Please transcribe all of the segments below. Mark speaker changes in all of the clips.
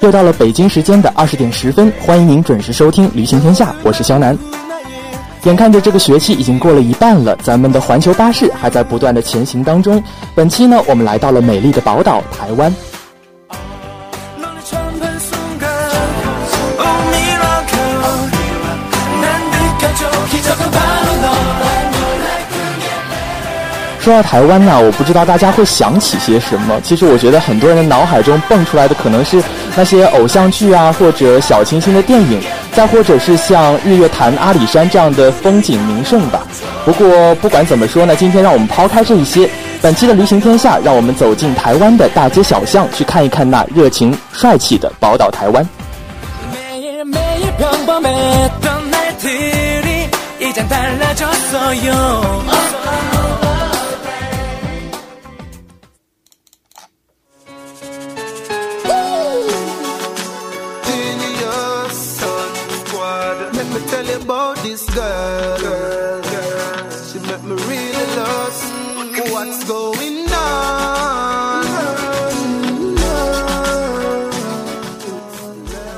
Speaker 1: 又到了北京时间的二十点十分，欢迎您准时收听《旅行天下》，我是肖楠。眼看着这个学期已经过了一半了，咱们的环球巴士还在不断的前行当中。本期呢，我们来到了美丽的宝岛台湾。说到台湾呢、我不知道大家会想起些什么。其实我觉得很多人的脑海中蹦出来的可能是那些偶像剧啊，或者小清新的电影，再或者是像日月潭、阿里山这样的风景名胜吧。不过不管怎么说呢，今天让我们抛开这一些，本期的《驴行天下》让我们走进台湾的大街小巷，去看一看那热情帅气的宝岛台湾。
Speaker 2: 매일매일 평범했던 날들이 이젠 달라졌어요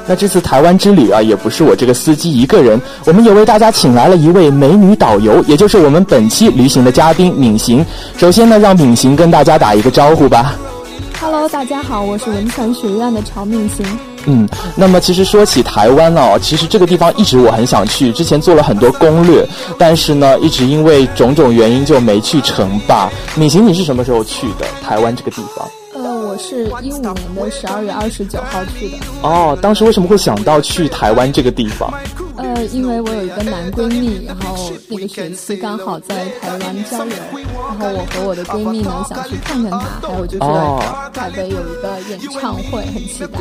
Speaker 1: 那这次台湾之旅啊，也不是我这个司机一个人，我们也为大家请来了一位美女导游，也就是我们本期旅行的嘉宾敏行。首先呢，让敏行跟大家打一个招呼吧。
Speaker 3: Hello，大家好，我是文传学院的曹命行。
Speaker 1: 嗯，那么其实说起台湾哦，其实这个地方一直我很想去，之前做了很多攻略，但是呢，一直因为种种原因就没去成吧。敏行，你是什么时候去的台湾这个地方？
Speaker 3: 呃，我是一五年的十二月二十九号去的。
Speaker 1: 哦，当时为什么会想到去台湾这个地方？
Speaker 3: 呃，因为我有一个男闺蜜，然后那个学期刚好在台湾交流，然后我和我的闺蜜呢想去看看他，还有就是
Speaker 1: 哦
Speaker 3: 台北有一个演唱会，很期待。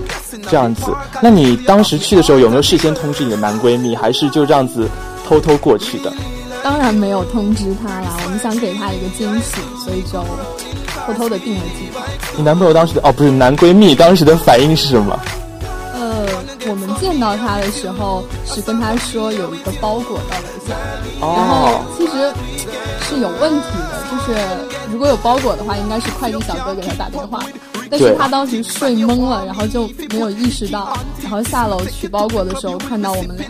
Speaker 1: 这样子，那你当时去的时候有没有事先通知你的男闺蜜，还是就这样子偷偷过去的？
Speaker 3: 当然没有通知他啦，我们想给他一个惊喜，所以就偷偷的定了机票。
Speaker 1: 你男朋友当时的哦，不是男闺蜜当时的反应是什么？
Speaker 3: 呃，我们见到他的时候是跟他说有一个包裹到楼下。然
Speaker 1: 哦
Speaker 3: 后其实是有问题的，就是如果有包裹的话，应该是快递小哥给他打电话，但是
Speaker 1: 对
Speaker 3: 他当时睡懵了，然后就没有意识到，然后下楼取包裹的时候看到我们俩，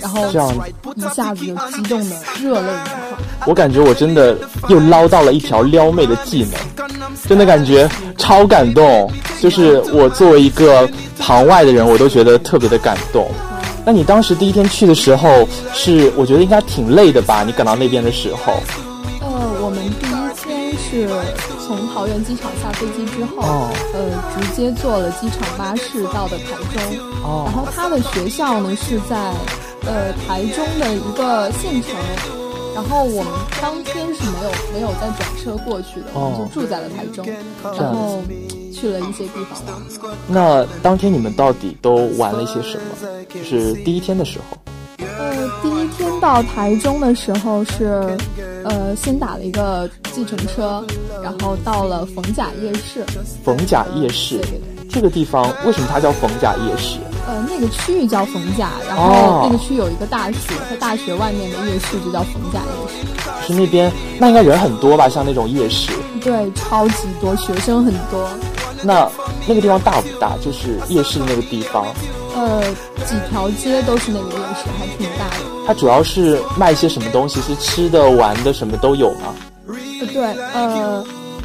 Speaker 3: 然后
Speaker 1: 这样
Speaker 3: 一下子就激动的热泪盈眶。
Speaker 1: 我感觉我真的又捞到了一条撩妹的技能，真的感觉超感动。就是我作为一个旁外的人，我都觉得特别的感动。那你当时第一天去的时候是，我觉得应该挺累的吧？你赶到那边的时候，
Speaker 3: 呃，我们第一天是从桃园机场下飞机之后，
Speaker 1: 哦
Speaker 3: 呃，直接坐了机场巴士到的台中。
Speaker 1: 哦
Speaker 3: 然后他的学校呢是在呃台中的一个县城，然后我们当天是没有没有再转车过去的，我们
Speaker 1: 哦
Speaker 3: 就住在了台中，
Speaker 1: 这样
Speaker 3: 然
Speaker 1: 子
Speaker 3: 后去了一些地方玩。
Speaker 1: 那当天你们到底都玩了一些什么？就是第一天的时候。
Speaker 3: 呃，第一天到台中的时候是，呃，先打了一个计程车，然后到了逢甲夜市，
Speaker 1: 逢甲夜市
Speaker 3: 对对
Speaker 1: 这个地方，为什么它叫逢甲夜市？
Speaker 3: 呃，那个区域叫逢甲，然
Speaker 1: 哦
Speaker 3: 后那个区有一个大学，它大学外面的夜市就叫逢甲夜市。
Speaker 1: 是那边那应该人很多吧？像那种夜市，
Speaker 3: 对，超级多，学生很多，
Speaker 1: 那那个地方大不大？就是夜市的那个地方，
Speaker 3: 呃，几条街都是那个夜市，还挺大的。
Speaker 1: 它主要是卖一些什么东西？是吃的、玩的，什么都有吗？
Speaker 3: 呃，对，呃，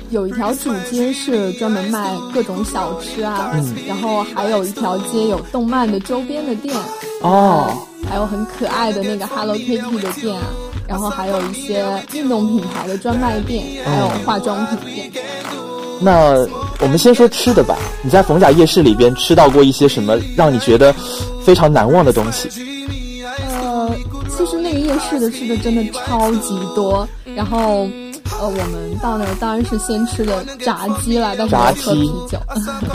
Speaker 3: 有一条主街是专门卖各种小吃啊，然后还有一条街有动漫的周边的店，
Speaker 1: 哦，
Speaker 3: 还有很可爱的那个 Hello Kitty 的店啊，然后还有一些运动品牌的专卖店，还有化妆品店。
Speaker 1: 那我们先说吃的吧。你在逢甲夜市里边吃到过一些什么让你觉得非常难忘的东西？
Speaker 3: 呃，其实那个夜市的吃的真的超级多，然后。呃，我们到那儿当然是先吃的炸鸡啦，但是没有喝啤酒，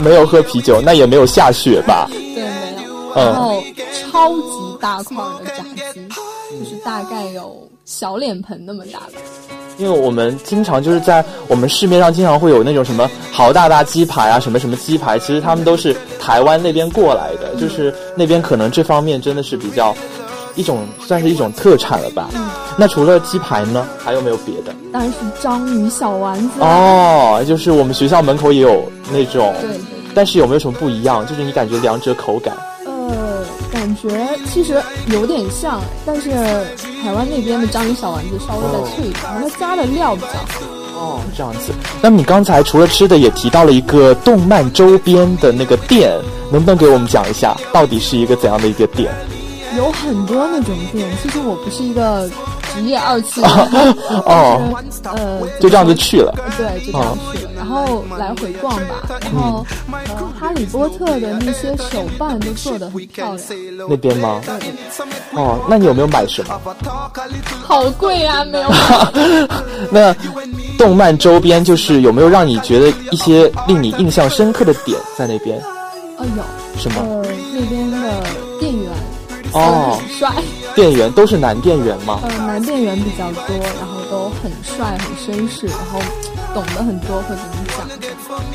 Speaker 1: 没有喝啤酒，那也没有下雪吧？
Speaker 3: 对，没有。
Speaker 1: 嗯
Speaker 3: 然后超级大块的炸鸡，就是大概有小脸盆那么大吧。
Speaker 1: 因为我们经常就是在我们市面上经常会有那种什么好大大鸡排啊，什么什么鸡排，其实他们都是台湾那边过来的，就是那边可能这方面真的是比较一种算是一种特产了吧。那除了鸡排呢，还有没有别的？
Speaker 3: 当然是章鱼小丸子啦。
Speaker 1: 哦，就是我们学校门口也有那种，
Speaker 3: 对对对。
Speaker 1: 但是有没有什么不一样？就是你感觉两者口感？
Speaker 3: 呃，感觉其实有点像，但是台湾那边的章鱼小丸子稍微再脆一点，然后它加的料比较好。
Speaker 1: 哦，这样子。那么你刚才除了吃的，也提到了一个动漫周边的那个店，能不能给我们讲一下，到底是一个怎样的一个店？
Speaker 3: 有很多那种店，其实我不是一个职业二次元，
Speaker 1: 哦
Speaker 3: 但是呃，
Speaker 1: 就这样子去了。
Speaker 3: 对，就这样去了，然后来回逛吧。
Speaker 1: 嗯
Speaker 3: 然后，呃，哈利波特的那些手办都做的很漂亮，
Speaker 1: 那边吗？哦，那你有没有买什么？
Speaker 3: 好贵啊，没有买。
Speaker 1: 那动漫周边就是有没有让你觉得一些令你印象深刻的点在那边？
Speaker 3: 哦，有，
Speaker 1: 什么？
Speaker 3: 呃，那边的店员都
Speaker 1: 哦
Speaker 3: 很，帅，
Speaker 1: 店员都是男店员吗？
Speaker 3: 呃，男店员比较多，然后都很帅、很绅士，然后懂得很多会怎么讲。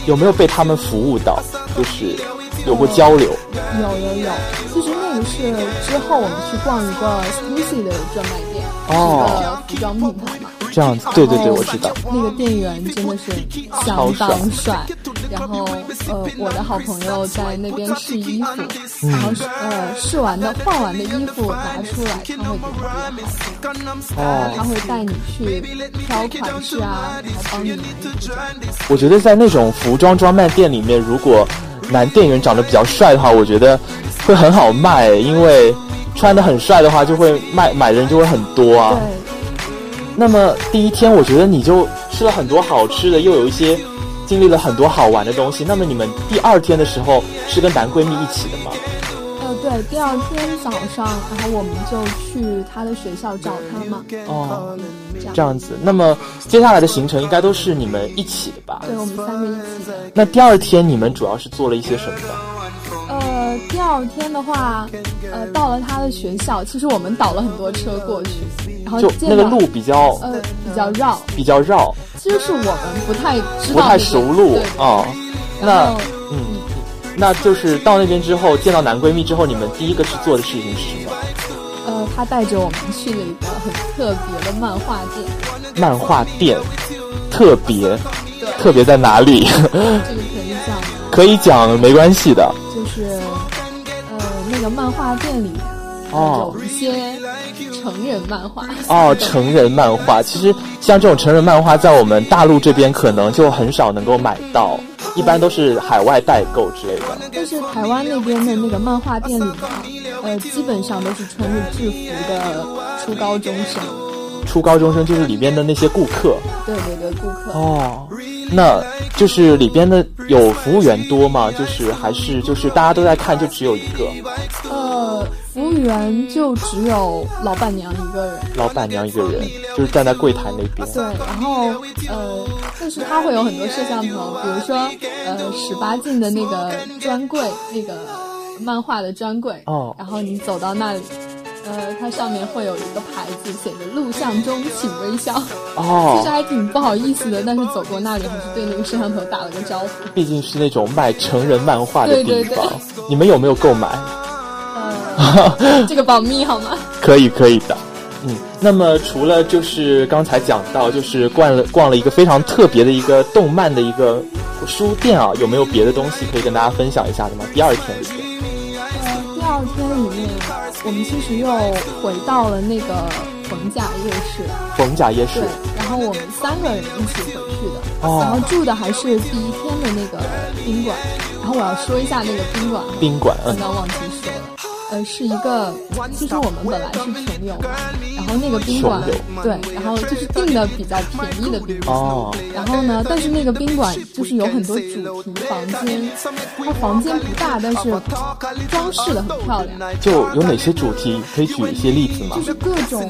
Speaker 1: 有没有被他们服务到？就是有过交流？
Speaker 3: 有有有，其实那个是之后我们去逛一个 Stussy 的专卖店，
Speaker 1: 哦
Speaker 3: 是一个服装品牌嘛。
Speaker 1: 这样子？对对对，我知道。。
Speaker 3: 那个店员真的是相当帅，然后呃，我的好朋友在那边试衣服，然后试呃试完的换完的衣服拿出来，他会给你叠好，
Speaker 1: 哦
Speaker 3: 他，会带你去挑款式啊，然后帮你买衣服。
Speaker 1: 我觉得在那种服装专卖店里面，如果男店员长得比较帅的话，我觉得会很好卖，因为穿的很帅的话，就会卖买的人就会很多啊。
Speaker 3: 对，
Speaker 1: 那么第一天，我觉得你就吃了很多好吃的，又有一些经历了很多好玩的东西。那么你们第二天的时候是跟男闺蜜一起的吗？
Speaker 3: 呃对，第二天早上，然后我们就去他的学校找他嘛，
Speaker 1: 哦，
Speaker 3: 这样
Speaker 1: 这。样子。那么接下来的行程应该都是你们一起的吧？
Speaker 3: 对，我们三个一起的。
Speaker 1: 那第二天你们主要是做了一些什么呢？
Speaker 3: 呃，第二天的话，呃，到了他的学校，其实我们倒了很多车过去，然后
Speaker 1: 就
Speaker 3: 哦见
Speaker 1: 那个
Speaker 3: 到
Speaker 1: 路比较
Speaker 3: 呃比较绕，
Speaker 1: 比较绕，
Speaker 3: 其实是我们不太知道
Speaker 1: 不太
Speaker 3: 那个
Speaker 1: 熟路
Speaker 3: 对
Speaker 1: 啊、
Speaker 3: 然后
Speaker 1: 那嗯，那就是到那边之后见到男闺蜜之后，你们第一个去做的事情是什么？
Speaker 3: 呃，他带着我们去了一个很特别的漫画店，
Speaker 1: 漫画店，特别
Speaker 3: 对，
Speaker 1: 特别在哪里？
Speaker 3: 这个可以讲吗？
Speaker 1: 可以讲，没关系的。
Speaker 3: 就是呃那个漫画店里。
Speaker 1: 哦
Speaker 3: 有一些成人漫画
Speaker 1: 哦，成人漫画，其实像这种成人漫画，在我们大陆这边可能就很少能够买到，一般都是海外代购之类的。
Speaker 3: 但是台湾那边的那个漫画店里呢，呃，基本上都是穿着制服的初高中生，
Speaker 1: 初高中生就是里边的那些顾客
Speaker 3: 对对对，顾客。
Speaker 1: 哦，那就是里边的有服务员多吗？就是还是就是大家都在看，就只有一个
Speaker 3: 呃，服务员就只有老板娘一个人，
Speaker 1: 老板娘一个人，就是站在柜台那边。
Speaker 3: 对，然后呃，但是他会有很多摄像头，比如说呃十八禁的那个专柜，那个漫画的专柜，
Speaker 1: 哦
Speaker 3: 然后你走到那里。呃，它上面会有一个牌子，写着“录像中请微笑”，其实
Speaker 1: 哦，
Speaker 3: 还挺不好意思的，但是走过那里还是对那个摄像头打了 个招呼。
Speaker 1: 毕竟是那种卖成人漫画的地
Speaker 3: 对对
Speaker 1: 方，你们有没有购买？
Speaker 3: 呃，这个保密好吗？
Speaker 1: 可以，可以的。嗯，那么除了就是刚才讲到，就是逛了逛了一个非常特别的一个动漫的一个书店啊，有没有别的东西可以跟大家分享一下的吗？第二天里边，
Speaker 3: 呃，第二天里面，我们其实又回到了那个逢甲夜市，
Speaker 1: 逢甲夜市
Speaker 3: 对，然后我们三个人一起回去的，
Speaker 1: 哦
Speaker 3: 然后住的还是第一天的那个宾馆，然后我要说一下那个宾馆哈，啊
Speaker 1: 宾馆，嗯
Speaker 3: 刚，刚忘记说了，呃，是一个，其实我们本来是穷游嘛，然后那个宾馆
Speaker 1: 穷，
Speaker 3: 对，然后就是订的比较便宜的宾馆，
Speaker 1: 哦
Speaker 3: 然后呢，但是那个宾馆就是有很多主题房间，然后房间不大，但是装饰的很漂亮，
Speaker 1: 就有哪些主题可以举一些例子吗
Speaker 3: 就？是各种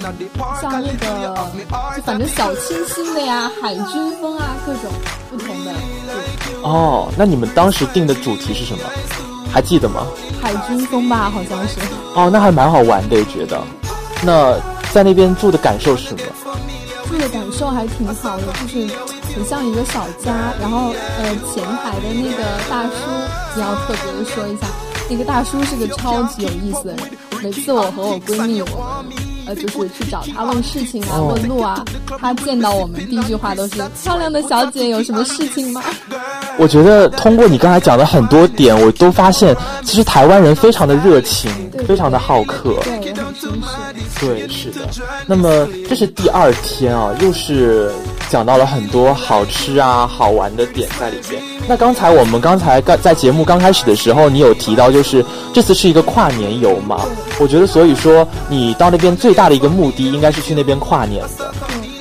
Speaker 3: 像那个，就反正小清新的呀，海军风啊，各种不同的
Speaker 1: 哦，那你们当时定的主题是什么？还记得吗？
Speaker 3: 海军风吧，好像是。
Speaker 1: 哦，那还蛮好玩的，觉得。那在那边住的感受是什么？
Speaker 3: 住的感受还挺好的，就是很像一个小家。然后呃，前台的那个大叔也要特别的说一下，那个大叔是个超级有意思的人。每次我和我闺蜜，我们呃就是去找他问事情啊、
Speaker 1: 哦
Speaker 3: 问路啊，他见到我们第一句话都是“漂亮的小姐，有什么事情吗
Speaker 1: 我觉得通过你刚才讲的很多点，我都发现其实台湾人非常的热情，非常的好客”？。
Speaker 3: 对，也很真实。
Speaker 1: 对，是的。那么这是第二天啊，又是讲到了很多好吃啊、好玩的点在里边。那刚才我们刚才刚在节目刚开始的时候，你有提到，就是这次是一个跨年游嘛？我觉得，所以说你到那边最大的一个目的应该是去那边跨年的，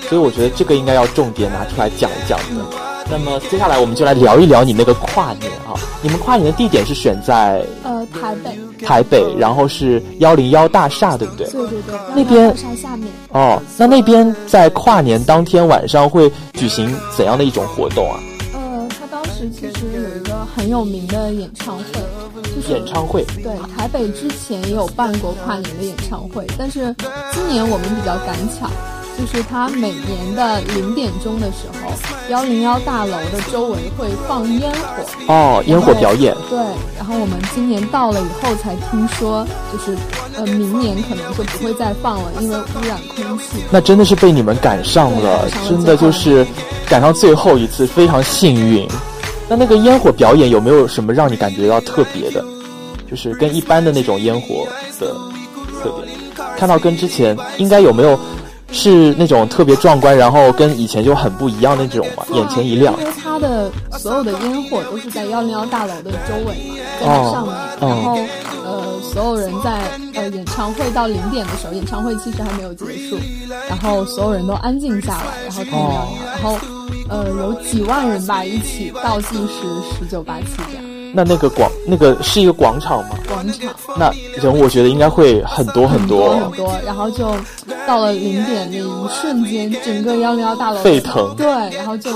Speaker 1: 所以我觉得这个应该要重点拿出来讲一讲的。那么接下来我们就来聊一聊你那个跨年啊，你们跨年的地点是选在
Speaker 3: 呃，台北，
Speaker 1: 台北，然后是幺零幺大厦，对不对？
Speaker 3: 对对对，
Speaker 1: 那边
Speaker 3: 大厦下面。
Speaker 1: 哦，那那边在跨年当天晚上会举行怎样的一种活动啊？
Speaker 3: 呃，他当时其实有一个很有名的演唱会，就是
Speaker 1: 演唱会
Speaker 3: 对，台北之前也有办过跨年的演唱会，但是今年我们比较赶巧，就是它每年的零点钟的时候，幺零幺大楼的周围会放烟火，
Speaker 1: 哦，烟火表演
Speaker 3: 对，然后我们今年到了以后才听说，就是呃，明年可能就不会再放了，因为污染空气。
Speaker 1: 那真的是被你们赶上了，真的就是赶上最后一次，非常幸运。那那个烟火表演有没有什么让你感觉到特别的？就是跟一般的那种烟火的特点，看到跟之前应该有没有是那种特别壮观，然后跟以前就很不一样的那种嘛，眼前一亮。
Speaker 3: 啊因为它的所有的烟火都是在幺零幺大楼的周围嘛，在那上面，
Speaker 1: 哦
Speaker 3: 然后呃，所有人在呃演唱会到零点的时候，演唱会其实还没有结束，然后所有人都安静下来，然后
Speaker 1: 哦
Speaker 3: 看热闹，然后呃有几万人吧一起倒计时十九八七这样
Speaker 1: 那那个广那个是一个广场吗？
Speaker 3: 广场。
Speaker 1: 那人我觉得应该会很多很多，
Speaker 3: 很多，然后就到了零点那一瞬间，整个幺零幺大楼
Speaker 1: 沸腾
Speaker 3: 对，然后就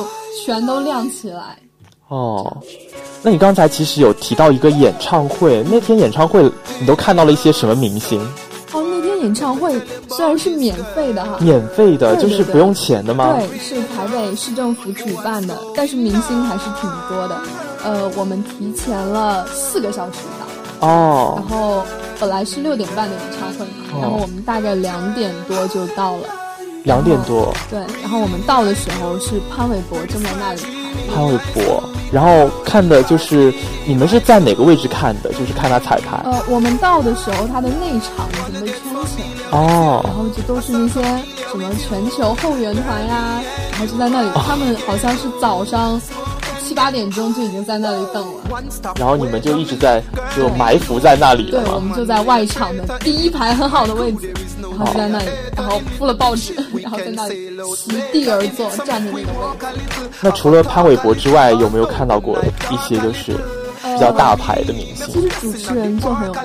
Speaker 3: 全都亮起来。
Speaker 1: 哦。那你刚才其实有提到一个演唱会，那天演唱会你都看到了一些什么明星？
Speaker 3: 哦，那天演唱会虽然是免费的哈，
Speaker 1: 免费的，
Speaker 3: 对
Speaker 1: 就是
Speaker 3: 对
Speaker 1: 不用钱的吗？
Speaker 3: 对，是台北市政府举办的，但是明星还是挺多的。呃，我们提前了四个小时到，
Speaker 1: 哦
Speaker 3: 然，后本来是六点半的演唱会嘛，
Speaker 1: 哦
Speaker 3: 然后我们大概两点多就到了。
Speaker 1: 两点多，
Speaker 3: 对，然后我们到的时候是潘玮柏正在那里排
Speaker 1: 潘玮柏，然后看的就是你们是在哪个位置看的？就是看他彩排。
Speaker 3: 呃，我们到的时候，他的内场已经被圈起来了，
Speaker 1: 哦
Speaker 3: 然后就都是那些什么全球后援团呀，然后就在那里，他们好像是早上七八点钟就已经在那里等了。
Speaker 1: 然后你们就一直在就埋伏在那里
Speaker 3: 对
Speaker 1: 了，
Speaker 3: 我
Speaker 1: 吗？
Speaker 3: 们就在外场的第一排很好的位置，然后就在那里，然后铺了报纸， 然后在那里席地而坐，站着那个位置。
Speaker 1: 那除了潘玮柏之外，有没有看到过一些就是比较大牌的明星
Speaker 3: 其？实主持人就很有名，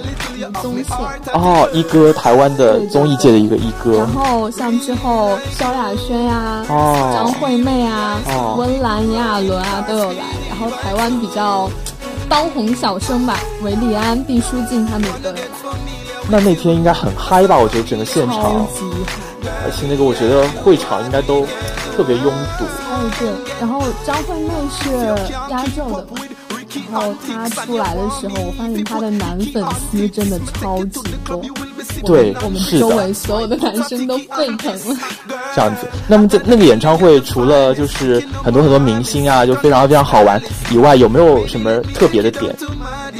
Speaker 3: 吴宗宪，
Speaker 1: 哦，一哥，台湾的综艺界的一个一哥
Speaker 3: 然。后像之后萧亚轩呀、
Speaker 1: 哦
Speaker 3: 张惠妹啊、
Speaker 1: 哦
Speaker 3: 温岚、炎亚纶啊都有来，然后台湾比较当红小生吧，韦礼安、毕书尽他们也都有来，
Speaker 1: 那那天应该很嗨吧？我觉得整个现
Speaker 3: 超
Speaker 1: 场，
Speaker 3: 级嗨。
Speaker 1: 而且那个我觉得会场应该都特别拥堵。
Speaker 3: 哦对，然后张惠妹是压轴的嘛，然后她出来的时候，我发现她的男粉丝真的超级多，我们
Speaker 1: 对
Speaker 3: 我们
Speaker 1: 是的
Speaker 3: 周围所有的男生都沸腾了。
Speaker 1: 这样子。那么在那个演唱会，除了就是很多很多明星啊，就非常非常好玩以外，有没有什么特别的点？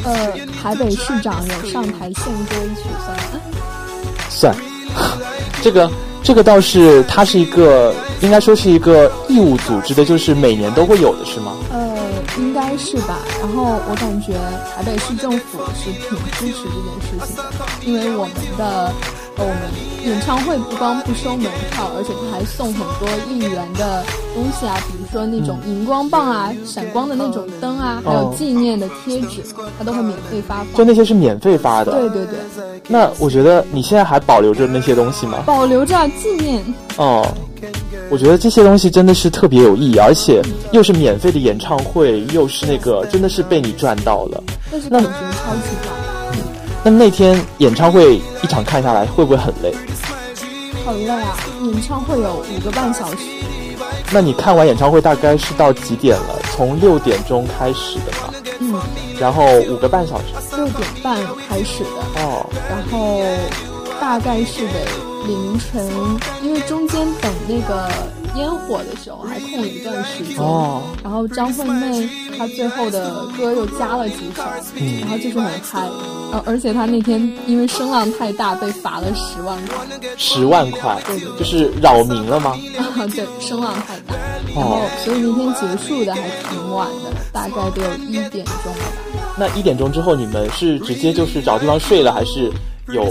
Speaker 3: 呃，台北市长有上台献歌一曲算吗？
Speaker 1: 算， 这个这个倒是它是一个应该说是一个义务组织的，就是每年都会有的是吗？
Speaker 3: 呃，应该是吧。然后我感觉台北市政府是挺支持这件事情的，因为我们的呃我们演唱会不光不收门票，而且他还送很多应援的东西啊，比如说那种荧光棒啊、闪光的那种灯啊，还有
Speaker 1: 哦
Speaker 3: 纪念的贴纸，他都会免费发放。
Speaker 1: 就那些是免费发的。
Speaker 3: 对对对，
Speaker 1: 那我觉得你现在还保留着那些东西吗？
Speaker 3: 保留着纪念。
Speaker 1: 哦，我觉得这些东西真的是特别有意义，而且又是免费的演唱会，又是那个真的是被你赚到了。
Speaker 3: 但是
Speaker 1: 那
Speaker 3: 感觉超级棒，
Speaker 1: 那那天演唱会一场看下来，会不会很累？
Speaker 3: 好累啊！演唱会有五个半小时，
Speaker 1: 那你看完演唱会大概是到几点了？从六点钟开始的嘛，
Speaker 3: 嗯，
Speaker 1: 然后五个半小时。
Speaker 3: 六点半开始的，
Speaker 1: 哦，
Speaker 3: 然后大概是得凌晨，因为中间等那个烟火的时候还空了一段时间。
Speaker 1: 哦
Speaker 3: 然后张惠妹她最后的歌又加了几首，
Speaker 1: 嗯
Speaker 3: 然后就是很嗨。呃，而且她那天因为声浪太大被罚了十万块。
Speaker 1: 十万块
Speaker 3: 对对，对
Speaker 1: 就是扰民了吗？
Speaker 3: 啊，对，声浪太大，然后
Speaker 1: 哦
Speaker 3: 所以那天结束的还挺晚的，大概得有一点钟了吧。
Speaker 1: 那一点钟之后，你们是直接就是找地方睡了，还是有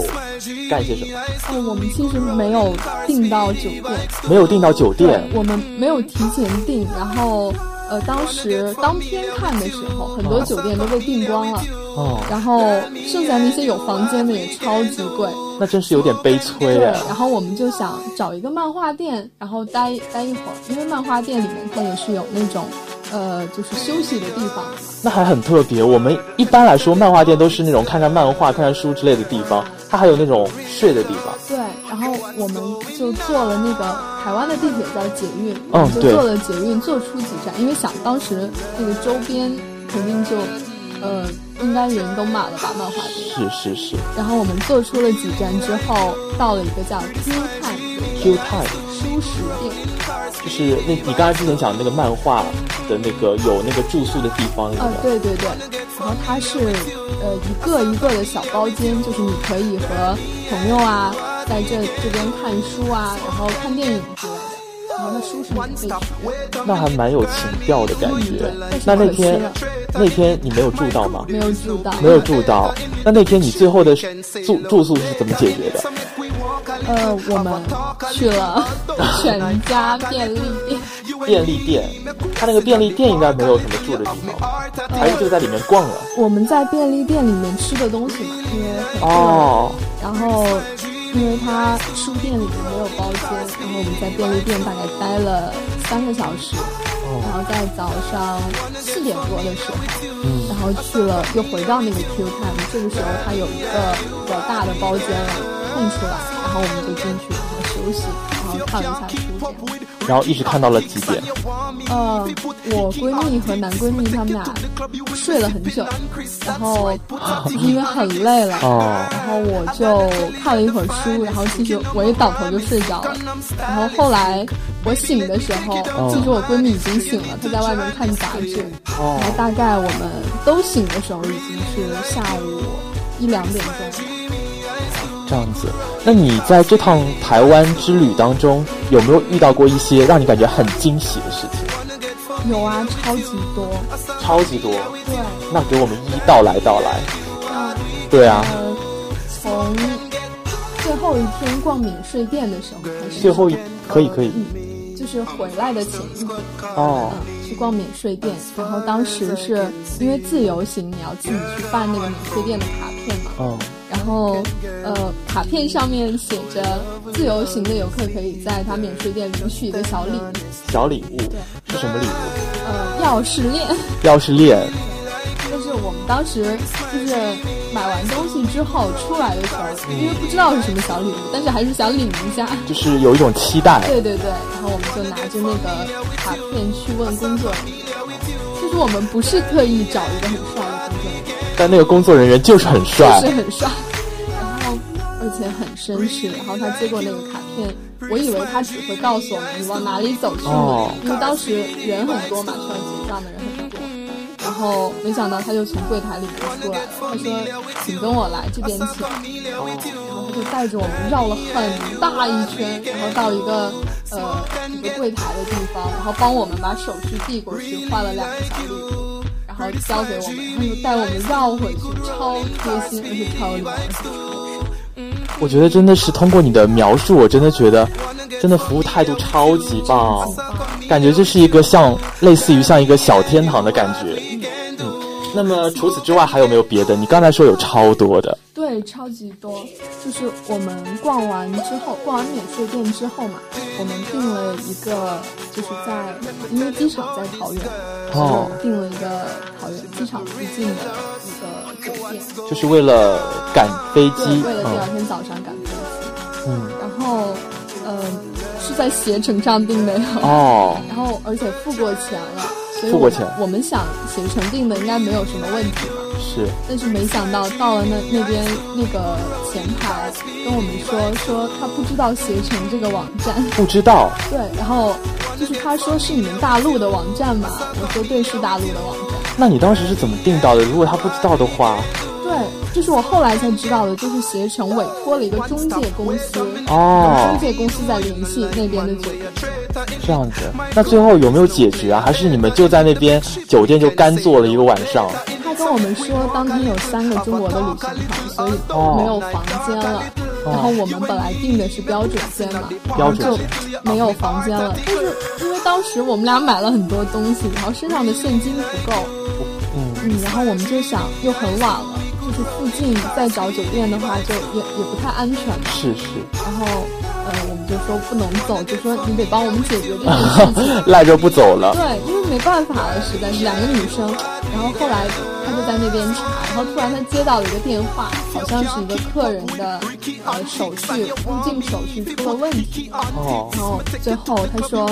Speaker 1: 干些什么？
Speaker 3: 哦，我们其实没有订到酒店，
Speaker 1: 没有订到酒店，
Speaker 3: 我们没有提前订，然后呃，当时当天看的时候，很多酒店都被订光了，
Speaker 1: 哦，
Speaker 3: 然后剩下那些有房间的也超级贵。
Speaker 1: 那真是有点悲催
Speaker 3: 对，
Speaker 1: 哎。
Speaker 3: 然后我们就想找一个漫画店，然后待待一会儿，因为漫画店里面它也是有那种，呃，就是休息的地方的嘛。
Speaker 1: 那还很特别。我们一般来说，漫画店都是那种看看漫画、看看书之类的地方，它还有那种睡的地方。
Speaker 3: 对，然后我们就坐了那个台湾的地铁叫捷运，
Speaker 1: 嗯
Speaker 3: 就
Speaker 1: 对
Speaker 3: 坐了捷运，坐出几站，因为想当时那个周边肯定就，呃，应该人都满了吧，漫画店。
Speaker 1: 是是是
Speaker 3: 然后我们坐出了几站之后，到了一个叫金泰的
Speaker 1: ，Q Time
Speaker 3: 舒适店，
Speaker 1: 就是那你刚才之前讲的那个漫画的那个有那个住宿的地方，
Speaker 3: 呃，
Speaker 1: 有没有
Speaker 3: 对对对，然后它是呃一个一个的小包间，就是你可以和朋友啊在这这边看书啊，然后看电影之类的。然后它书是免费的。
Speaker 1: 那还蛮有情调的感觉
Speaker 3: 嗯对。
Speaker 1: 那那
Speaker 3: 但是可惜
Speaker 1: 天
Speaker 3: 了
Speaker 1: 那天你没有住到吗？
Speaker 3: 没有住到，
Speaker 1: 没有住到。那那天你最后的住住宿是怎么解决的？
Speaker 3: 呃，我们 去了全家便利店，
Speaker 1: 便利店，它那个便利店应该没有什么住的地方吧，还是就在里面逛了。
Speaker 3: 我们在便利店里面吃的东西嘛，因为很贵
Speaker 1: 哦，
Speaker 3: 然后因为它书店里面没有包间，然后我们在便利店大概待了三个小时，
Speaker 1: 哦
Speaker 3: 然后在早上四点多的时候，
Speaker 1: 嗯
Speaker 3: 然后去了又回到那个 Q Time，这个时候它有一个比较大的包间了空出来，然后我们就进去然后休息，然后看了一下书店。
Speaker 1: 然后一直看到了几点？
Speaker 3: 呃，我闺蜜和男闺蜜他们俩睡了很久，然后就是因为很累了，
Speaker 1: 哦
Speaker 3: 然后我就看了一会儿书，然后其实我也倒头就睡着了。然后后来我醒的时候，其实我闺蜜已经醒了，她在外面看杂志。
Speaker 1: 哦
Speaker 3: 然后大概我们都醒的时候已经是下午一两点钟了吧。
Speaker 1: 这样子，那你在这趟台湾之旅当中，有没有遇到过一些让你感觉很惊喜的事情？
Speaker 3: 有啊，超级多。
Speaker 1: 超级多，
Speaker 3: 对，嗯
Speaker 1: 那给我们一一道来道来。
Speaker 3: 那
Speaker 1: 对啊，
Speaker 3: 呃，从最后一天逛免税店的时候开始，
Speaker 1: 最后一可以可以
Speaker 3: 就是回来的前一天，
Speaker 1: 哦
Speaker 3: 嗯，去逛免税店，然后当时是因为自由行，你要自己去办那个免税店的卡片嘛，
Speaker 1: 嗯，
Speaker 3: 然后呃，卡片上面写着自由行的游客可以在他免税店领取一个小礼物，
Speaker 1: 小礼物是什么礼物？
Speaker 3: 呃，钥匙链。
Speaker 1: 钥匙链
Speaker 3: 就是我们当时就是买完东西之后出来的时候，因为不知道是什么小礼物，但是还是想领一下。
Speaker 1: 就是有一种期待，
Speaker 3: 对对对，然后我们就拿着那个卡片去问工作人员。其实我们不是特意找一个很帅的工作人员，
Speaker 1: 但那个工作人员就是很帅
Speaker 3: 就，是很帅，然后而且很绅士。然后他接过那个卡片，我以为他只会告诉我们你往哪里走去，
Speaker 1: 哦
Speaker 3: 因为当时人很多嘛，需要结账的人很多。然后没想到他就从柜台里面出来了，他说：“哎请跟我来这边请。”然后他就带着我们绕了很大一圈，然后到一个呃一个柜台的地方，然后帮我们把首饰递过去，换了两个小礼物。孩教给我们，他说带我们绕回去，超贴心，而且超有爱。
Speaker 1: 我觉得真的是通过你的描述，我真的觉得，真的服务态度超级棒，感觉这是一个像类似于像一个小天堂的感觉。嗯，那么除此之外还有没有别的？你刚才说有超多的，
Speaker 3: 对，超级多。就是我们逛完之后，逛完免税店之后嘛，我们订了一个，就是在因为机场在桃园，
Speaker 1: 哦
Speaker 3: 就订了一个桃园机场附近的一个酒店，
Speaker 1: 就是为了赶飞
Speaker 3: 对，
Speaker 1: 机，
Speaker 3: 为了第二
Speaker 1: 嗯
Speaker 3: 天早上赶飞机。
Speaker 1: 嗯，
Speaker 3: 然后，嗯、是在携程上订的呀。
Speaker 1: 哦，
Speaker 3: 然后而且付过钱了，所以
Speaker 1: 付
Speaker 3: 我
Speaker 1: 过钱
Speaker 3: 我们想携程订的应该没有什么问题嘛。
Speaker 1: 是，
Speaker 3: 但是没想到到了那那边那个前台跟我们说说他不知道携程这个网站，
Speaker 1: 不知道，
Speaker 3: 对，然后就是他说是你们大陆的网站嘛，我说对，是大陆的网站。
Speaker 1: 那你当时是怎么订到的？如果他不知道的话，
Speaker 3: 对，这是我后来才知道的，就是携程委托了一个中介公司，
Speaker 1: 哦
Speaker 3: 中，介公司在联系那边的酒店。
Speaker 1: 这样子，那最后有没有解决啊？还是你们就在那边酒店就干坐了一个晚上？
Speaker 3: 他跟我们说，当天有三个中国的旅行团，所以
Speaker 1: 哦
Speaker 3: 没有房间了。然后我们本来订的是标准间嘛，
Speaker 1: 标准
Speaker 3: 就没有房间了。但是因为当时我们俩买了很多东西，然后身上的现金不够，
Speaker 1: 嗯，
Speaker 3: 嗯，然后我们就想又很晚了，就是附近再找酒店的话就也也不太安全嘛。
Speaker 1: 是是。
Speaker 3: 然后呃，我们就说不能走，就说你得帮我们解决这件事情。
Speaker 1: 赖着不走了。
Speaker 3: 对，因为没办法了，实在是两个女生。然后后来她就在那边查，然后突然她接到了一个电话，好像是一个客人的呃手续入境手续出了问题。
Speaker 1: 哦，
Speaker 3: 然后最后她说，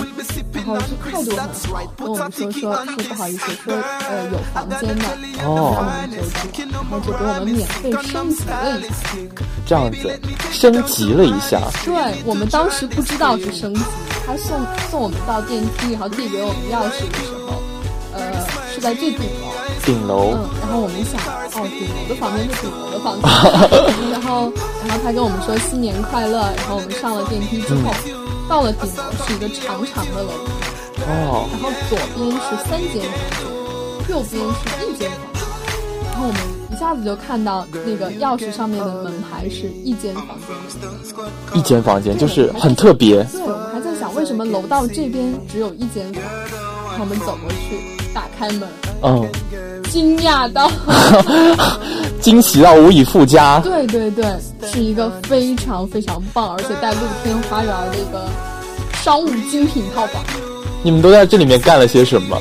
Speaker 3: 然后就态度很好，跟我们说说说不好意思，说呃有房间的，
Speaker 1: 哦
Speaker 3: 然后我们就走了，然后就给我们免费升级了一下。
Speaker 1: 这样子，升级了一下。
Speaker 3: 对我们当时不知道是升级，他送送我们到电梯，然后递给我们钥匙的时候，呃，是在最顶楼，
Speaker 1: 顶楼
Speaker 3: 嗯，然后我们想，哦，顶楼的房间就顶楼的房间，然后然后他跟我们说新年快乐，然后我们上了电梯之后，到了顶楼是一个长长的楼，
Speaker 1: 哦，
Speaker 3: 然后左边是三间房间，右边是一间房间，然后我们一下子就看到那个钥匙上面的门牌是一间房间。
Speaker 1: 一间房间就是很特别。
Speaker 3: 对，我们还在想为什么楼道这边只有一间房。然后我们走过去，打开门，
Speaker 1: 嗯，
Speaker 3: 惊讶到，
Speaker 1: 惊喜到无以复加。
Speaker 3: 对对对，是一个非常非常棒，而且带露天花园的一个商务精品套房。
Speaker 1: 你们都在这里面干了些什么？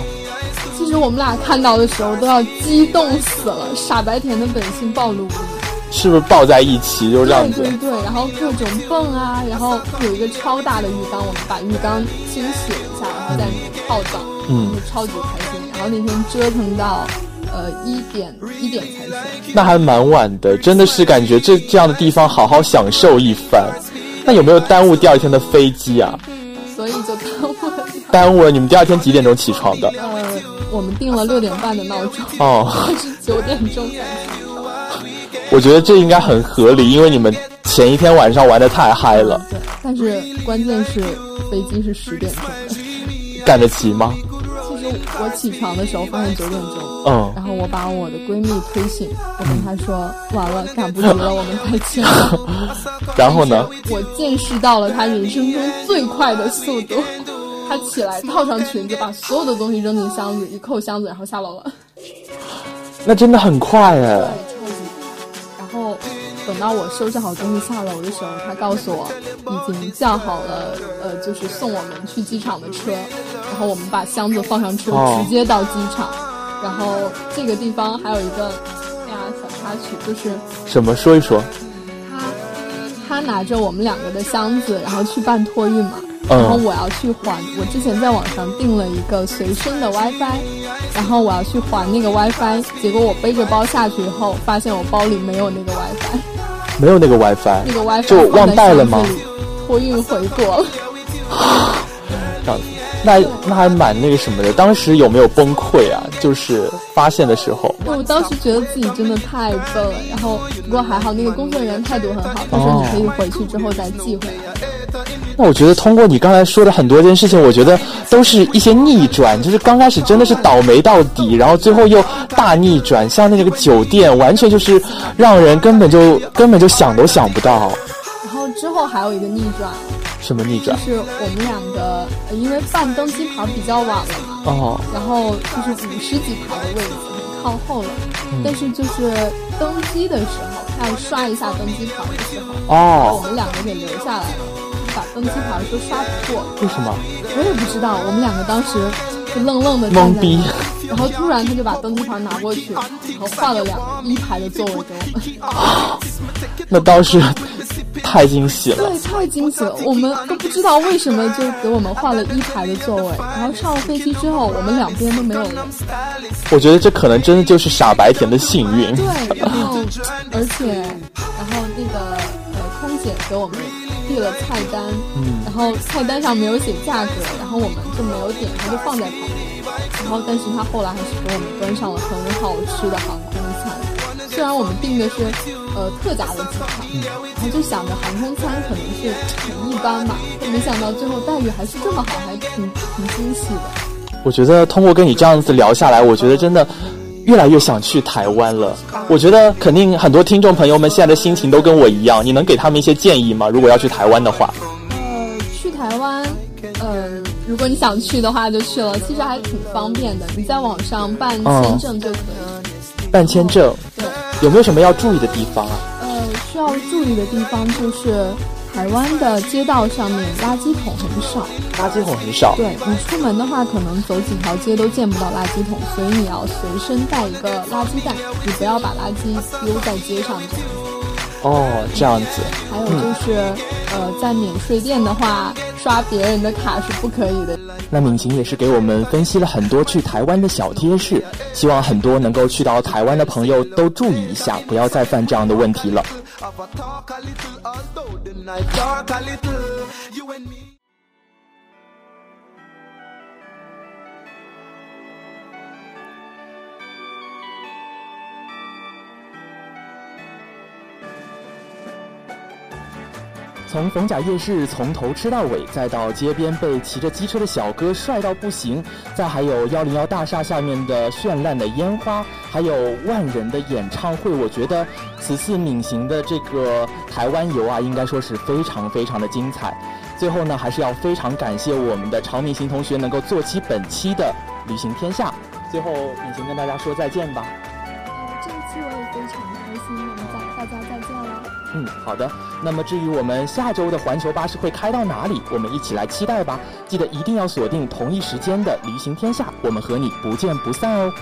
Speaker 3: 其实我们俩看到的时候都要激动死了，傻白甜的本性暴露无遗。
Speaker 1: 是不是抱在一起就这样
Speaker 3: 对
Speaker 1: 子
Speaker 3: 对？对，然后各种蹦啊，然后有一个超大的浴缸，我们把浴缸清洗了一下，然后再泡澡，
Speaker 1: 嗯
Speaker 3: 就超级开心。然后那天折腾到呃一点一点才睡，
Speaker 1: 那还蛮晚的，真的是感觉这这样的地方好好享受一番。那有没有耽误第二天的飞机啊？
Speaker 3: 所以就耽误了一会儿。
Speaker 1: 耽误了，你们第二天几点钟起床的？
Speaker 3: 呃，我们定了六点半的闹钟，
Speaker 1: 哦，
Speaker 3: 但是九点钟才睡。
Speaker 1: 我觉得这应该很合理，因为你们前一天晚上玩的太嗨了，
Speaker 3: 对，但是关键是飞机是十点钟的。
Speaker 1: 赶得及吗？
Speaker 3: 其实我起床的时候发现九点钟，
Speaker 1: 嗯
Speaker 3: 然后我把我的闺蜜推醒，我跟她说：“完了，赶不及了，我们太近了。”
Speaker 1: 然后呢？
Speaker 3: 我见识到了他人生中最快的速度。 他起来套上裙子，把所有的东西扔进箱子，一扣箱子，然后下楼了。
Speaker 1: 那真的很快哎
Speaker 3: 对，，超级。然后等到我收拾好东西下楼的时候，他告诉我已经叫好了，呃，就是送我们去机场的车。然后我们把箱子放上车，
Speaker 1: 哦
Speaker 3: 直接到机场。然后这个地方还有一个，哎呀，小插曲就是。
Speaker 1: 什么说一说？
Speaker 3: 他他拿着我们两个的箱子，然后去办托运嘛。
Speaker 1: 嗯
Speaker 3: 然后我要去还，我之前在网上订了一个随身的 WiFi，然后我要去还那个 WiFi，结果我背着包下去以后，发现我包里没有那个 WiFi，
Speaker 1: 没有那个 WiFi，
Speaker 3: 那个 WiFi
Speaker 1: 就忘带了吗
Speaker 3: 放在箱子里？托运回国了，
Speaker 1: 这样子那那还蛮那个什么的。当时有没有崩溃啊？就是发现的时候，
Speaker 3: 我当时觉得自己真的太笨了，然
Speaker 1: 哦
Speaker 3: 后不过还好那个工作人员态度很好，他说你可以回去之后再寄回来。
Speaker 1: 那我觉得通过你刚才说的很多件事情，我觉得都是一些逆转，就是刚开始真的是倒霉到底，然后最后又大逆转，像那个酒店，完全就是让人根本就根本就想都想不到，
Speaker 3: 然后之后还有一个逆转，
Speaker 1: 什么逆
Speaker 3: 就
Speaker 1: 转
Speaker 3: 是我们两个呃因为办登机牌比较晚了嘛，
Speaker 1: 哦，
Speaker 3: 然后就是五十几排的位置很靠后了，
Speaker 1: 嗯
Speaker 3: 但是就是登机的时候，他要刷一下登机牌的时候，
Speaker 1: 哦
Speaker 3: 我们两个给留下来了，把登机牌说刷不过，
Speaker 1: 为什么？
Speaker 3: 我也不知道，我们两个当时就愣愣的站在那
Speaker 1: 懵逼
Speaker 3: 里，然后突然他就把登机牌拿过去，然后换了两一排的座位给我们。
Speaker 1: 那倒是太惊喜了。
Speaker 3: 对，太惊喜了，我们都不知道为什么就给我们换了一排的座位。然后上了飞机之后，我们两边都没有人。
Speaker 1: 我觉得这可能真的就是傻白甜的幸运。
Speaker 3: 对，然后而且，然后那个呃，空姐给我们递了菜单，然后菜单上没有写价格，然后我们就没有点，它就放在旁边。然后，但是他后来还是给我们端上了很好吃的航空餐。虽然我们订的是呃特价的机票，然后就想着航空餐可能是很一般嘛，但没想到最后待遇还是这么好，还挺挺惊喜的。
Speaker 1: 我觉得通过跟你这样子聊下来，我觉得真的越来越想去台湾了。我觉得肯定很多听众朋友们现在的心情都跟我一样，你能给他们一些建议吗？如果要去台湾的话，
Speaker 3: 呃，去台湾，呃，如果你想去的话就去了，其实还挺方便的，你在网上办签证就可以。
Speaker 1: 办签证
Speaker 3: 对，
Speaker 1: 有没有什么要注意的地方啊？
Speaker 3: 呃，需要注意的地方就是台湾的街道上面垃圾桶很少。
Speaker 1: 垃圾桶很少，
Speaker 3: 对你出门的话，可能走几条街都见不到垃圾桶，所以你要随身带一个垃圾袋，你不要把垃圾丢在街上这样子。
Speaker 1: 哦，这样子，
Speaker 3: 还有就是，呃，在免税店的话，刷别人的卡是不可以的。
Speaker 1: 那敏晴也是给我们分析了很多去台湾的小贴士，希望很多能够去到台湾的朋友都注意一下，不要再犯这样的问题了。
Speaker 4: Have a talk a little, although the night dark a little. You and me.
Speaker 1: ““从逢甲夜市从头吃到尾，再到街边被骑着机车的小哥帅到不行，再还有幺零幺大厦下面的绚烂的烟花，还有万人的演唱会，我觉得此次闵行的这个台湾游啊，应该说是非常非常的精彩。最后呢，还是要非常感谢我们的常闵行同学能够做期本期的旅行天下。最后，闵行跟大家说再见吧。
Speaker 3: 呃这一期我也非常开心，我们大大家再见了。
Speaker 1: 嗯，好的。那么至于我们下周的环球巴士会开到哪里，我们一起来期待吧。记得一定要锁定同一时间的《旅行天下》，我们和你不见不散哦。